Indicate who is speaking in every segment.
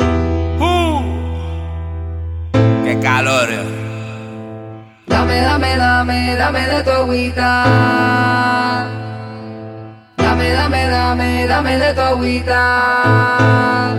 Speaker 1: Uh. Qué calor.
Speaker 2: Dame, dame, dame, dame de tu agüita. Dame, dame, dame, dame de tu agüita.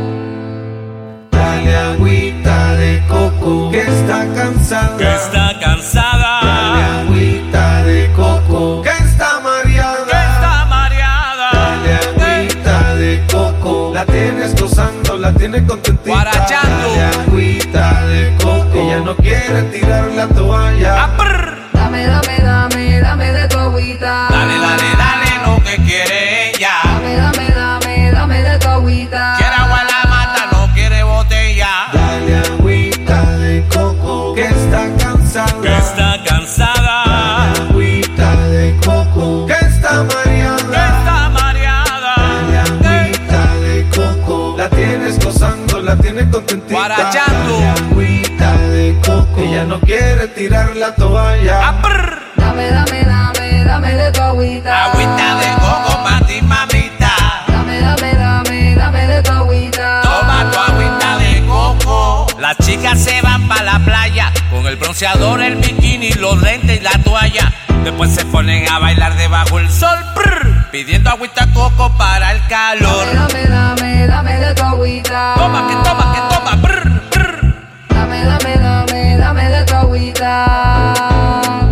Speaker 3: Dale agüita de coco que está cansada.
Speaker 1: Que está
Speaker 3: Dale
Speaker 1: cansada.
Speaker 3: agüita de coco que está mareada.
Speaker 1: Que está
Speaker 3: Dale
Speaker 1: mareada. Eh,
Speaker 3: agüita de coco. La tienes gozando, la tienes contentita.
Speaker 1: Guarachando.
Speaker 3: Dale agüita de coco. Ella no quiere tirar la toalla.
Speaker 1: Ah. aprr.
Speaker 2: Dame, dame, dame, dame de tu agüita.
Speaker 1: Dale, dale, dale lo que quiere ella.
Speaker 2: Dame, dame, dame, dame de tu agüita.
Speaker 1: Quiere agua en la mata, no quiere botella.
Speaker 3: Dale agüita de coco que está cansada.
Speaker 1: Que está cansada.
Speaker 3: Dale agüita de coco que está
Speaker 1: Que
Speaker 3: mareada.
Speaker 1: está
Speaker 3: Dale
Speaker 1: mareada. Eh,
Speaker 3: agüita de coco. La tienes gozando, la tienes contentita.
Speaker 1: Guarachando.
Speaker 3: Dale agüita de coco. Ella no quiere tirar la toalla.
Speaker 1: aprr.
Speaker 2: Dame, dame, dame, dame de tu agüita.
Speaker 1: Agüita de coco para ti, mamita.
Speaker 2: Dame, dame, dame, dame de tu agüita.
Speaker 1: Toma tu agüita de coco. Las chicas se van para la playa con el bronceador, el bikini, los lentes y la toalla. Después se ponen a bailar debajo el sol, prr, pidiendo agüita coco para el
Speaker 2: Dame,
Speaker 1: calor.
Speaker 2: dame, dame, dame de tu agüita.
Speaker 1: Toma, que toma, que toma, prr, prr.
Speaker 2: Dame, dame, dame, dame de tu agüita.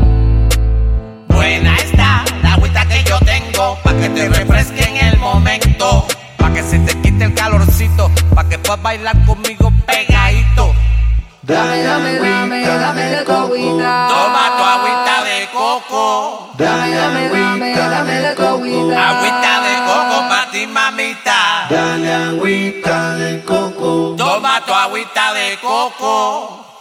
Speaker 1: Buena está la agüita que yo tengo, pa' que te refresque en el momento, pa' que se te quite el calorcito, pa' que puedas bailar conmigo pegadito.
Speaker 2: Dame, dame, dame, dame de tu agüita.
Speaker 1: Toma tu agüita de coco.
Speaker 2: Dame, dame, dame, dame de tu agüita.
Speaker 1: Agüita de coco para ti, mamita.
Speaker 3: Dale agüita de coco.
Speaker 1: Toma tu agüita de coco.